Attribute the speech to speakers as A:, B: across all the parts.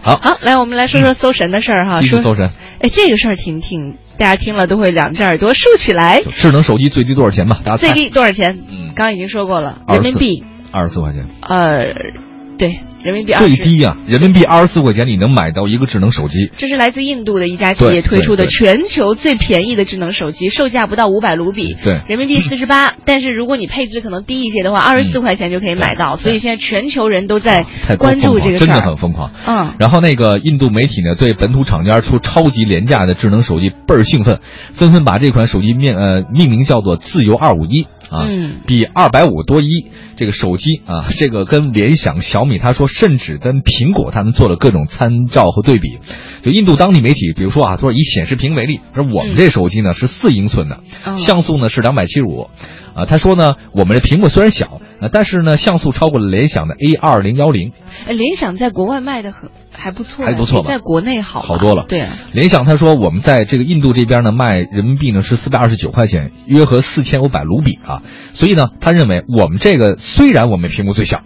A: 好，嗯
B: 好，来我们来说说搜神的事儿哈。
A: 继续
B: 说
A: 搜神，
B: 哎，这个事儿挺挺，大家听了都会两只耳朵竖起来。
A: 智能手机最低多少钱吧？大家
B: 最
A: 猜，
B: 低多少钱？
A: 嗯
B: 刚刚已经说过了，
A: 24
B: 人民币。
A: 二十四块钱，
B: 呃，对，人民币二
A: 最
B: 十。
A: 低呀、人民币二十四块钱你能买到一个智能手机，
B: 这是来自印度的一家企
A: 对
B: 业推出的
A: 对对
B: 全球最便宜的智能手机，售价不到五百卢比，
A: 对
B: 人民币四十八。但是如果你配置可能低一些的话，二十四
A: 嗯
B: 块钱就可以买到。
A: 对
B: 所以现在全球人都在
A: 太多
B: 关注
A: 疯
B: 这
A: 狂
B: 个
A: 真的
B: 事儿
A: 很。疯狂。
B: 嗯，
A: 然后那个印度媒体呢，对本土厂家出超级廉价的智能手机倍儿兴奋，纷纷把这款手机命呃命名叫做“自由二五一”啊，
B: 嗯
A: 比二百五多一。这个手机啊，这个跟联想、小米，他说甚至跟苹果他们做了各种参照和对比。就印度当地媒体，比如说啊，说以显示屏为例，说我们这手机呢是四英寸的，
B: 嗯
A: 像素呢是两百七十五，啊，他说呢，我们这屏幕虽然小，呃，但是呢像素超过了联想的 A 二零幺零。
B: 哎联想在国外卖的很还不错呀，
A: 还不错吧
B: 比在国内好吧
A: 好多了
B: 对啊，
A: 联想他说，我们在这个印度这边呢，卖人民币呢是四百二十九块钱，约合四千五百卢比啊。所以呢，他认为我们这个虽然我们屏幕最小，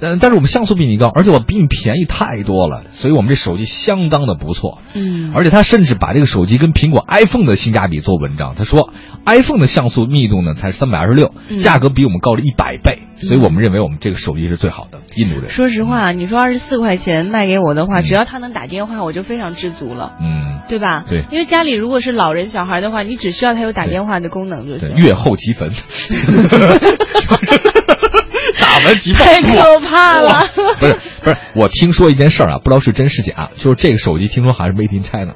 A: 嗯，但是我们像素比你高，而且我比你便宜太多了，所以我们这手机相当的不错。
B: 嗯，
A: 而且他甚至把这个手机跟苹果 iPhone 的性价比做文章，他说 iPhone 的像素密度呢才三百二十六
B: 嗯，
A: 价格比我们高了一百倍，所以我们认为我们这个手机是最好的。印度人，
B: 说实话，你说二十四块钱卖给我的话，
A: 嗯
B: 只要他能打电话，我就非常知足了，
A: 嗯，
B: 对吧？
A: 对
B: 因为家里如果是老人小孩的话，你只需要他有打电话的功能就
A: 对，
B: 行。
A: 越后即焚，打完即爆，
B: 太可怕
A: 哇
B: 了！
A: 不是不是，我听说一件事儿啊，不知道是真是假，就是这个手机听说还是 Made in China，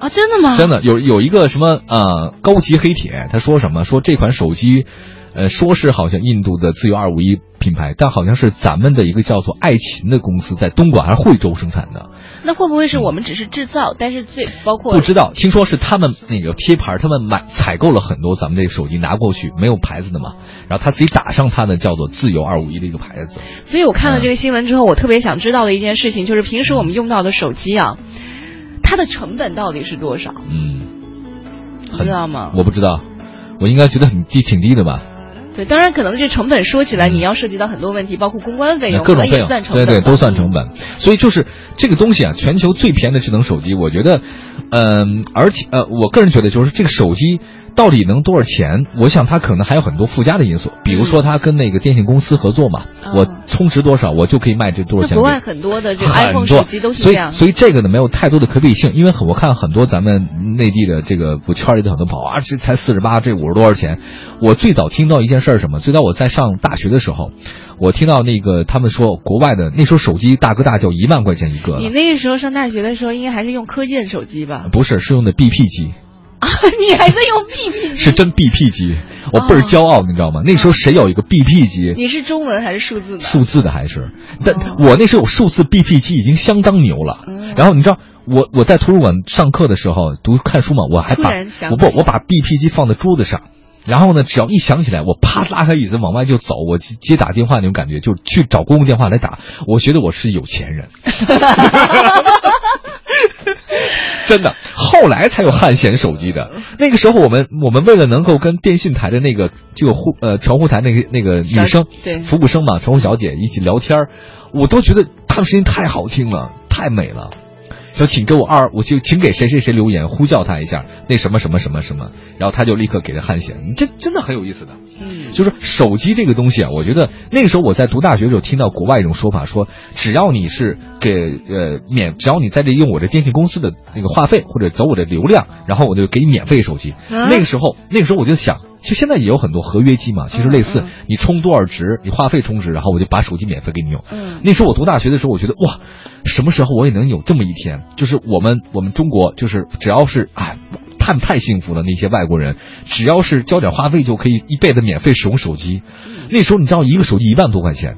B: 啊，真的吗？
A: 真的有有一个什么呃高级黑铁，他说什么说这款手机，呃说是好像印度的自由二五一品牌，但好像是咱们的一个叫做爱琴的公司在东莞还是惠州生产的，
B: 那会不会是我们只是制造，但是最包括
A: 不知道，听说是他们那个贴牌儿，他们买采购了很多咱们这个手机拿过去没有牌子的嘛，然后他自己打上他的叫做自由二五一的一个牌子，
B: 所以我看了这个新闻之后，我特别想知道的一件事情就是，平时我们用到的手机啊，它的成本到底是多少？
A: 嗯，
B: 你知道吗？
A: 我不知道，我应该觉得很低，挺低的吧？
B: 对，当然可能这成本说起来，你要涉及到很多问题，包括公关费用，
A: 各种
B: 可能
A: 费
B: 也
A: 用
B: 算，成
A: 对
B: 本吧，
A: 对，都算成本。所以就是这个东西啊，全球最便宜的智能手机，我觉得，嗯、而且呃，我个人觉得就是这个手机到底能多少钱？我想它可能还有很多附加的因素，比如说它跟那个电信公司合作嘛，
B: 嗯
A: 我充值多少我就可以卖这多少
B: 就
A: 钱
B: 国
A: 给
B: 外
A: 你。
B: 很多的这个
A: 很
B: iPhone
A: 多
B: 手机都是
A: 所
B: 这
A: 以
B: 样。
A: 所以这个呢没有太多的可比性，因为很我看很多咱们内地的这个我圈里的很多朋友啊，这才四十八，这五十多少钱？我最早听到一件事儿是什么？最早我在上大学的时候，我听到那个他们说国外的那时候手机大哥大叫一万块钱一个
B: 你
A: 了，
B: 那个时候上大学的时候，应该还是用科技手 机吧？
A: 不是是用的 BP 机，
B: 啊，你还在用 BB
A: 是
B: 机？
A: 真 BP 机，我倍儿
B: 哦
A: 骄傲，你知道吗？那时候谁有一个 BP 机？
B: 你是中文还是数字版？
A: 数字的还是，但
B: 哦
A: 我那时候有数字 BP 机已经相当牛了。
B: 嗯
A: 然后你知道，我我在图书馆上课的时候读看书嘛，我还
B: 突
A: 把
B: 然想
A: 我
B: 起
A: 不我把 BP 机放在桌子上，然后呢，只要一想起来，我啪拉开椅子往外就走，我接接打电话那种感觉，就去找公共电话来打。我觉得我是有钱人。 真的，后来才有汉显手机的。那个时候，我们我们为了能够跟电信台的那个就护呃传呼台那个那个
B: 小
A: 女生
B: 对
A: 服务生嘛，传呼小姐一起聊天儿我都觉得她们声音太好听了，太美了。说请给我二，我就请给谁谁谁留言，呼叫他一下，那什么什么什么什么，然后他就立刻给了汉显，这真的很有意思的。
B: 嗯，
A: 就是手机这个东西啊，我觉得那个时候我在读大学的时候听到国外一种说法说，只要你是给呃免，只要你在这用我的电信公司的那个话费或者走我的流量，然后我就给你免费手机。
B: 啊
A: 那个时候，那个时候我就想。其实现在也有很多合约机嘛，其实类似
B: 嗯嗯
A: 你充多少值，你话费充值，然后我就把手机免费给你用。
B: 嗯
A: 那时候我读大学的时候，我觉得哇，什么时候我也能有这么一天？就是我们我们中国，就是只要是哎，他们太幸福了，那些外国人，只要是交点话费就可以一辈子免费使用手机。那时候你知道一个手机一万多块钱。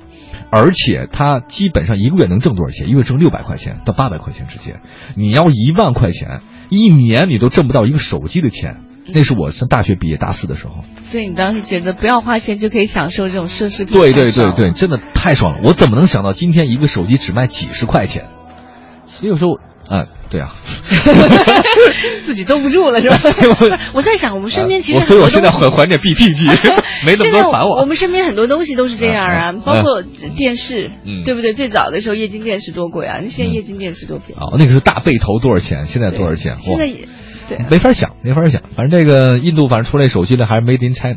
A: 而且他基本上一个月能挣多少钱？一个月挣六百块钱到八百块钱之间。你要一万块钱，一年你都挣不到一个手机的钱。那是我上大学毕业大四的时候。
B: 所以你当时觉得不要花钱就可以享受这种奢侈品，
A: 对对对对，，真的太爽了！我怎么能想到今天一个手机只卖几十块钱？所以有时候，嗯，对啊，
B: 自己兜不住 了是吧？ 我在 想，我们身边其实
A: 啊我
B: 很
A: 所以
B: 多
A: 我现在
B: 东西
A: 还 还给 BTG，没那 么
B: 现在
A: 多烦
B: 我。们身边很多东西都是这样啊，
A: 嗯嗯
B: 包括电视，
A: 嗯
B: 对不对？最早的时候液晶电视多贵啊，你现在
A: 嗯
B: 液晶电视多便宜。
A: 哦，那个是大背头多少钱？现在多少钱？
B: 现
A: 哇
B: 在也对啊。
A: 没法想，没法想。反正这个印度，反正出来手机的还是 Made in China。